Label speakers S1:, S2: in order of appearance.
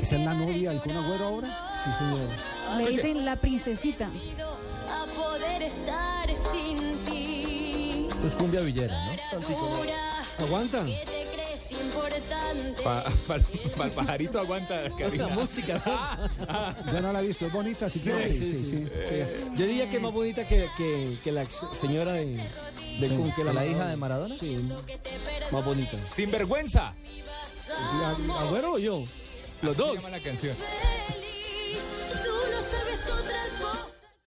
S1: ¿Esa es la novia del Kun Agüero ahora? Sí, señor.
S2: Le dicen la princesita.
S3: a poder estar sin ti.
S4: Esto es cumbia villera, ¿no?
S3: Ahora
S1: ¿Aguantan?
S3: que te crees importante.
S5: Pa- pa- pa- el pajarito aguanta, Karina.
S4: música.
S1: Yo no la he visto, es bonita si quieres. Sí, sí, sí.
S4: Yo diría que es más bonita que, que, que la ex- señora de, de Kun, que la, hija de Maradona. Sí, más bonita.
S5: Sinvergüenza.
S4: ¿Agüero o yo? Los
S5: Así
S4: dos.
S5: llama la canción.
S3: Feliz, tú no sabes otra